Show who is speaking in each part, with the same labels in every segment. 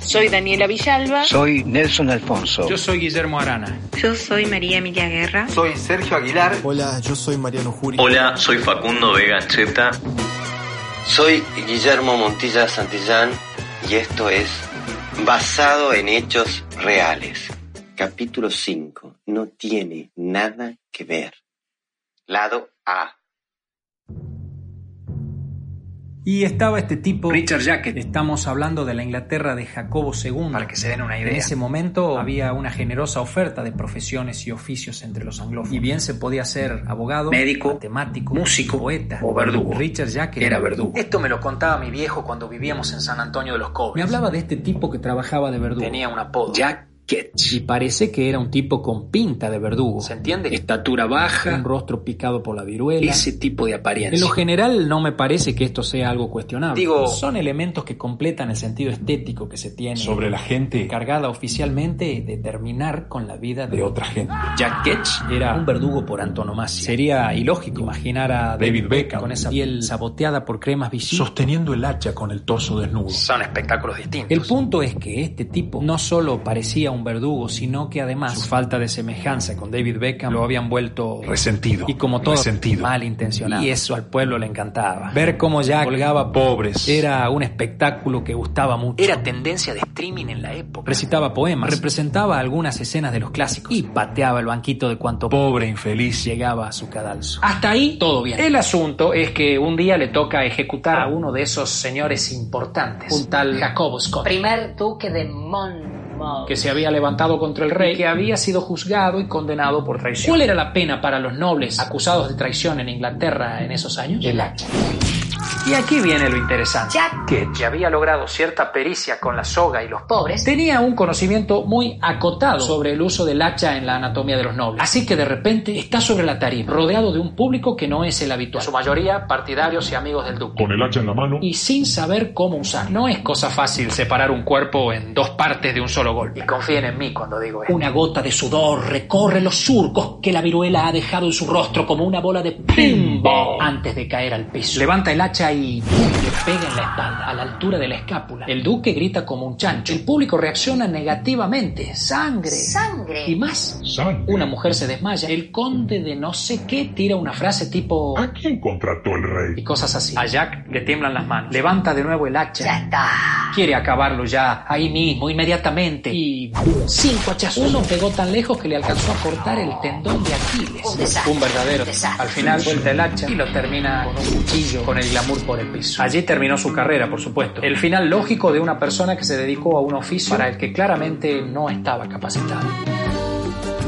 Speaker 1: Soy Daniela Villalba.
Speaker 2: Soy Nelson Alfonso.
Speaker 3: Yo soy Guillermo Arana.
Speaker 4: Yo soy María Emilia Guerra.
Speaker 5: Soy Sergio Aguilar.
Speaker 6: Hola, yo soy Mariano Juri.
Speaker 7: Hola, soy Facundo Vega Ancheta.
Speaker 8: Soy Guillermo Montilla Santillán y esto es Basado en Hechos Reales. Capítulo 5. No tiene nada que ver. Lado A.
Speaker 3: Y estaba este tipo.
Speaker 9: Richard Jacket.
Speaker 3: Estamos hablando de la Inglaterra de Jacobo II.
Speaker 9: Para que se den una idea.
Speaker 3: En ese momento había una generosa oferta de profesiones y oficios entre los anglófonos. Y bien se podía ser abogado,
Speaker 9: Médico,
Speaker 3: matemático,
Speaker 9: músico,
Speaker 3: poeta
Speaker 9: o verdugo.
Speaker 3: Richard Jacket
Speaker 9: Era verdugo.
Speaker 3: Esto me lo contaba mi viejo cuando vivíamos en San Antonio de los Cobres. Me hablaba de este tipo que trabajaba de verdugo. Tenía un apodo.
Speaker 9: Jack
Speaker 3: Y parece que era un tipo con pinta de verdugo. ¿Se entiende?
Speaker 9: Estatura
Speaker 3: Un
Speaker 9: baja.
Speaker 3: rostro picado por la viruela.
Speaker 9: Ese tipo de
Speaker 3: En lo
Speaker 9: apariencia.
Speaker 3: general no me parece que esto sea algo cuestionable.
Speaker 9: Digo-
Speaker 3: son elementos que completan el sentido estético que se tiene
Speaker 10: sobre la gente
Speaker 3: encargada oficialmente de terminar con la vida de,
Speaker 10: de otra gente.
Speaker 9: Jack Ketch
Speaker 3: Era un verdugo por antonomasia. Sería ilógico imaginar a
Speaker 10: David Beckham
Speaker 3: con esa piel saboteada por cremas visibles.
Speaker 10: sosteniendo el hacha con el torso desnudo.
Speaker 9: son espectáculos distintos.
Speaker 3: El punto es que este tipo no solo parecía un verdugo, sino que además su falta de semejanza con David Beckham lo habían vuelto
Speaker 10: Resentido.
Speaker 3: y como todo
Speaker 10: Resentido.
Speaker 3: malintencionado. Y eso al pueblo le encantaba. Ver cómo Jack colgaba
Speaker 10: Pobres.
Speaker 3: Era un espectáculo que gustaba mucho.
Speaker 9: Era tendencia de streaming en la época.
Speaker 3: Recitaba poemas, representaba algunas escenas de los clásicos y pateaba el banquito de cuanto
Speaker 10: Pobre infeliz.
Speaker 3: llegaba a su cadalso.
Speaker 9: Hasta ahí
Speaker 3: Todo bien. El asunto es que un día le toca ejecutar a uno de esos señores importantes, un tal Jacobo Scott,
Speaker 4: Primer duque de Monmouth.
Speaker 3: que se había levantado contra el rey, y que había sido juzgado y condenado por traición. ¿Cuál era la pena para los nobles acusados de traición en Inglaterra en esos años? El hacha. Y aquí viene lo interesante.
Speaker 4: Jack
Speaker 3: que ya había logrado cierta pericia con la soga y los
Speaker 4: Pobres.
Speaker 3: tenía un conocimiento muy acotado sobre el uso del hacha en la anatomía de los nobles. Así que de repente está sobre la tarima, rodeado de un público que no es el habitual, su mayoría partidarios y amigos del duque.
Speaker 10: Con el hacha en la mano.
Speaker 3: Y sin saber cómo usar. No es cosa fácil separar un cuerpo en dos partes de un solo golpe. Y confíen en mí cuando digo esto.
Speaker 9: Una gota de sudor recorre los surcos que la viruela ha dejado en su rostro como una bola de pinball antes de caer al piso.
Speaker 3: Levanta el hacha y ¡pum! le pega en la espalda, a la altura de la escápula. El duque grita como un chancho. El público reacciona negativamente. Sangre.
Speaker 4: Sangre.
Speaker 3: Y más. Una mujer se desmaya. El conde de no sé qué tira una frase tipo...
Speaker 10: ¿A quién contrató el
Speaker 3: Y
Speaker 10: rey?
Speaker 3: cosas así. A Jack le tiemblan las manos. Levanta de nuevo el hacha.
Speaker 4: Ya está.
Speaker 3: Quiere acabarlo ya, ahí mismo, inmediatamente. Y cinco hachazos. Uno pegó tan lejos que le alcanzó a cortar el tendón de Aquiles.
Speaker 4: Un desastre.
Speaker 3: Un verdadero.
Speaker 4: Un desastre.
Speaker 3: Al final vuelta el hacha y lo termina con un cuchillo, con el glamour por el piso. Allí terminó su carrera, por supuesto. El final lógico de una persona que se dedicó a un oficio para el que claramente no estaba capacitada.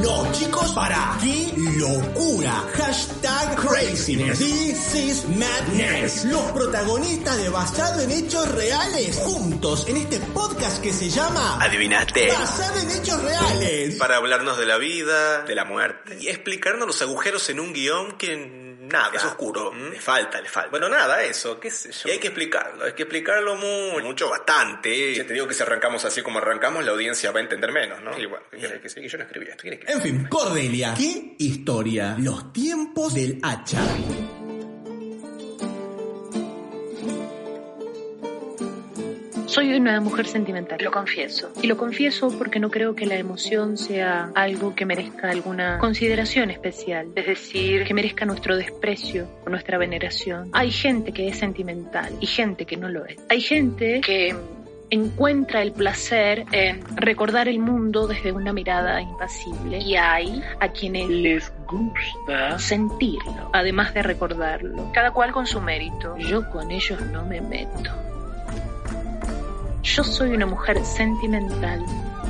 Speaker 11: No, chicos, para. ¡Qué locura! Hashtag craziness. This is madness. Los protagonistas de Basado en Hechos Reales. Juntos en este podcast que se llama
Speaker 7: ¿Adivinaste?
Speaker 11: Basado en Hechos Reales.
Speaker 8: Para hablarnos de la vida, de la muerte Ah. y explicarnos los agujeros en un guión que nada. Es oscuro. Le falta, le falta. Bueno, nada, eso, qué sé yo. Y hay que explicarlo, hay que explicarlo mucho. Mucho, bastante. Ya te digo que si arrancamos así como arrancamos, la audiencia va a entender menos, ¿no? Y bueno, ¿qué querés que sí, yo no escribí esto. ¿qué querés que
Speaker 11: En fin, Cordelia. ¿Qué historia? Los tiempos del hacha.
Speaker 1: Soy una mujer sentimental, lo confieso. Y lo confieso porque no creo que la emoción sea algo que merezca alguna consideración especial. Es decir, que merezca nuestro desprecio o nuestra veneración. Hay gente que es sentimental y gente que no lo es. Hay gente que encuentra el placer en recordar el mundo desde una mirada impasible y hay a quienes les gusta sentirlo, además de recordarlo, cada cual con su mérito. Yo con ellos no me meto. Yo soy una mujer sentimental.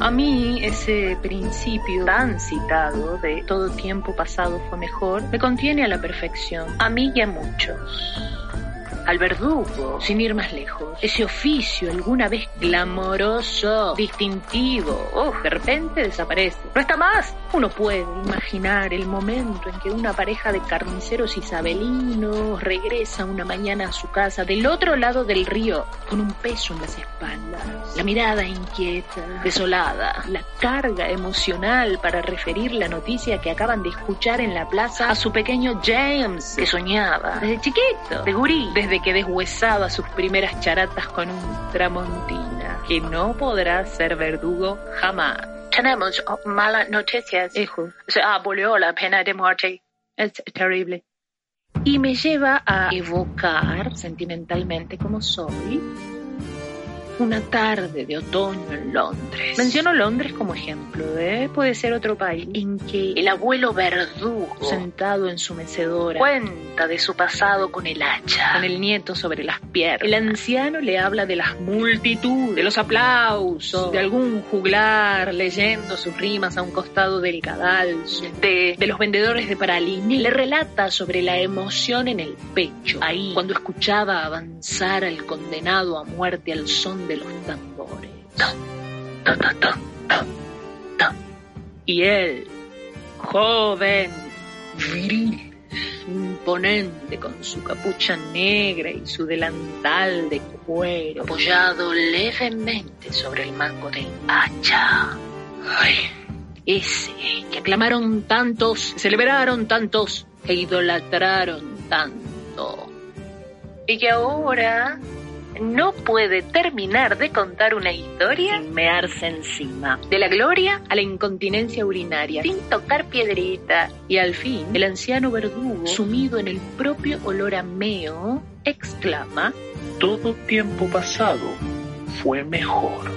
Speaker 1: A mí ese principio tan citado de todo tiempo pasado fue mejor me contiene a la perfección, a mí y a muchos. Al verdugo, sin ir más lejos, ese oficio alguna vez glamoroso, distintivo, oh, de repente desaparece. No está más. Uno puede imaginar el momento en que una pareja de carniceros isabelinos regresa una mañana a su casa del otro lado del río con un peso en las espaldas, la mirada inquieta, desolada, la carga emocional para referir la noticia que acaban de escuchar en la plaza a su pequeño James, que soñaba desde chiquito, de gurí, desde que quede huesado a sus primeras charatas con un tramontina, que no podrá ser verdugo jamás. Tenemos oh, malas noticias. Hijo, se abolió la pena de muerte. Es terrible. Y me lleva a evocar sentimentalmente como soy una tarde de otoño en Londres. Menciono Londres como ejemplo, ¿eh? puede ser otro país en que el abuelo verdugo, sentado en su mecedora, cuenta de su pasado con el hacha, con el nieto sobre las piernas. El anciano le habla de las multitudes, de los aplausos, de algún juglar leyendo sus rimas a un costado del cadalso, de, de los vendedores de paralini. Le relata sobre la emoción en el pecho, ahí, cuando escuchaba avanzar al condenado a muerte al son de los tambores. Tan, tan, tan, tan, tan, tan. Y él, joven, viril, imponente con su capucha negra y su delantal de cuero, apoyado levemente sobre el mango del hacha. Ay, ese que aclamaron tantos, que celebraron tantos, que idolatraron tanto. Y que ahora no puede terminar de contar una historia sin mearse encima. De la gloria a la incontinencia urinaria, sin tocar piedrita. Y al fin, el anciano verdugo, sumido en el propio olor a meo, exclama:
Speaker 3: Todo tiempo pasado fue mejor.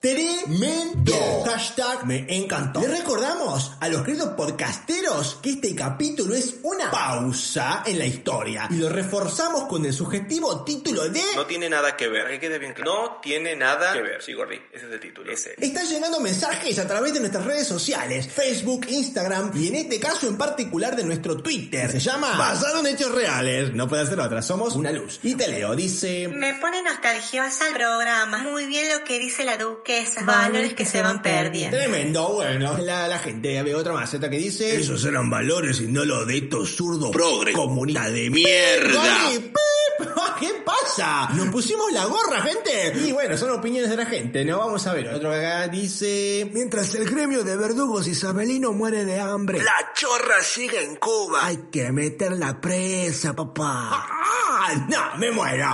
Speaker 11: Tremendo. Hashtag me encantó. Les recordamos a los queridos podcasteros que este capítulo es una pausa en la historia. Y lo reforzamos con el sugestivo título de...
Speaker 8: No tiene nada que ver. Que quede bien claro. No tiene nada que ver. Sí, Gordi. Ese es el título. Ese.
Speaker 11: Están llegando mensajes a través de nuestras redes sociales, Facebook, Instagram y en este caso en particular de nuestro Twitter. Se llama Basado en Hechos Reales. No puede ser otra, somos una luz. Y te leo, dice...
Speaker 2: Me pone nostalgiosa el programa. Muy bien lo que dice la duquesa. Valores que se van perdiendo.
Speaker 11: Tremendo, bueno. La, la gente, había otra maceta que dice... Esos eran valores y no los de estos zurdos progre. Comunidad de mierda. ¿Qué pasa? Nos pusimos la gorra, gente. Y bueno, son opiniones de la gente, ¿no? Vamos a ver. Otro acá dice... Mientras el gremio de verdugos isabelinos muere de hambre. La chorra sigue en Cuba. Hay que meter la presa, papá. Ah, no, me muero.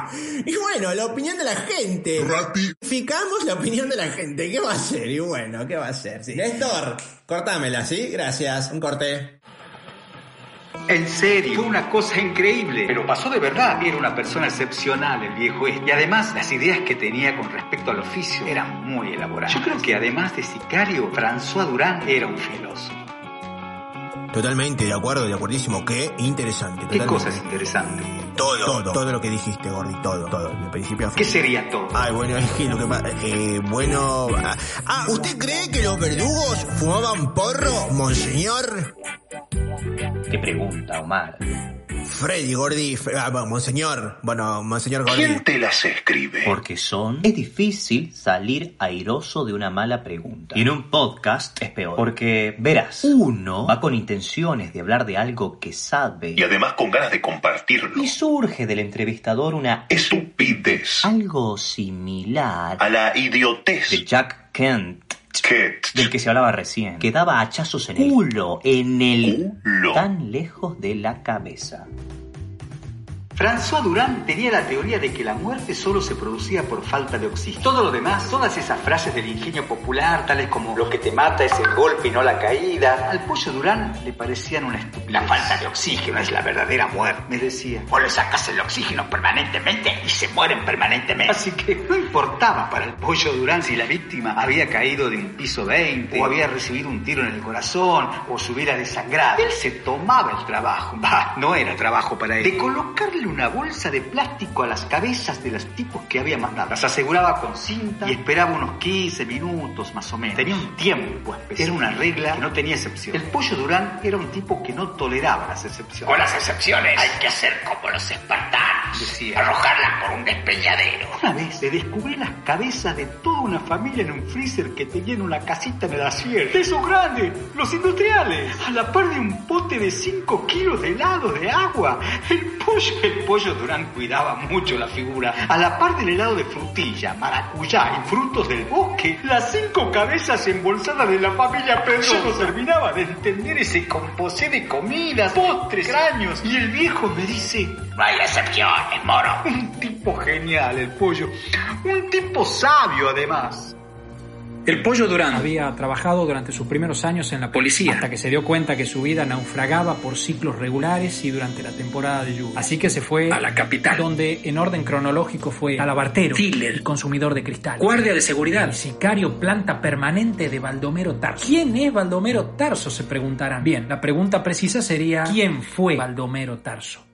Speaker 11: Y bueno, la opinión de la gente. Ficamos la opinión de la gente. ¿Qué va a ser? Y bueno, ¿qué va a ser? Sí. Néstor, cortámela, ¿sí? Gracias. Un corte.
Speaker 5: En serio, fue una cosa increíble, pero pasó de verdad. Era una persona excepcional el viejo este. Y además, las ideas que tenía con respecto al oficio eran muy elaboradas. Yo creo que además de sicario, François Durán era un filósofo.
Speaker 11: Totalmente de acuerdo, de acuerdísimo. Qué interesante.
Speaker 5: Qué cosa es interesante.
Speaker 11: Todo. Todo, lo que dijiste, Gordi. Todo, todo. De principio a
Speaker 5: ¿Qué sería todo?
Speaker 6: Ah,
Speaker 11: Ay, bueno, es que lo que pasa... Eh, bueno... ah, Ah, ¿usted cree que los verdugos fumaban porro, monseñor?
Speaker 5: Qué pregunta, Omar.
Speaker 11: Freddy Gordi... Fre- ah, bueno, monseñor. Bueno, monseñor Gordi.
Speaker 7: te las escribe?
Speaker 6: Porque son... Es difícil salir airoso de una mala pregunta. Y en un podcast es peor. Porque, verás, uno va con intenciones de hablar de algo que sabe.
Speaker 7: Y además con ganas de compartirlo.
Speaker 6: Y surge del entrevistador una...
Speaker 7: Estupidez.
Speaker 6: Algo similar...
Speaker 7: A la
Speaker 6: De
Speaker 7: idiotez.
Speaker 6: Jack Kent.
Speaker 7: Que
Speaker 6: Del que se hablaba recién. Que daba hachazos en el culo. En el...
Speaker 7: Culo.
Speaker 6: Tan lejos de la cabeza.
Speaker 5: François Durán tenía la teoría de que la muerte solo se producía por falta de oxígeno. Todo lo demás, todas esas frases del ingenio popular, tales como lo que te mata es el golpe y no la caída, al pollo Durán le parecían una estupidez. La falta de oxígeno es la verdadera muerte, me decía. O le sacas el oxígeno permanentemente y se mueren permanentemente. Así que no importaba para el pollo Durán si la víctima había caído de un piso 20 o había recibido un tiro en el corazón o se hubiera desangrado. Él se tomaba el trabajo. Bah, no era trabajo para él. De colocarle una bolsa de plástico a las cabezas de los tipos que había mandado. Las aseguraba con cinta y esperaba unos 15 minutos más o menos. Tenía un tiempo especial. Era una regla que no tenía excepción. El pollo Durán era un tipo que no toleraba las excepciones. Con las excepciones hay que hacer como los espartanos. decía.
Speaker 12: Arrojarlas por un despeñadero.
Speaker 5: Una vez le descubrí las cabezas de toda una familia en un freezer que tenía en una casita en el asierto. ¡De esos grandes! ¡Los industriales! A la par de un pote de 5 kilos de helado de agua. El pollo, el pollo Durán cuidaba mucho la figura. A la par del helado de frutilla, maracuyá y frutos del bosque, las cinco cabezas embolsadas de la familia Pedro. Yo no terminaba de entender ese composé de comidas, postres, cráneos. Y el viejo me dice...
Speaker 12: No hay excepciones, moro.
Speaker 5: Un tipo genial, el pollo. Un tipo sabio, además.
Speaker 3: El Pollo Durán había trabajado durante sus primeros años en la policía, hasta que se dio cuenta que su vida naufragaba por ciclos regulares y durante la temporada de lluvia. Así que se fue a la capital, donde en orden cronológico fue alabartero, dealer y consumidor de cristal, guardia de seguridad y sicario planta permanente de Baldomero Tarso. ¿Quién es Baldomero Tarso? Se preguntarán. Bien, la pregunta precisa sería ¿quién fue Baldomero Tarso?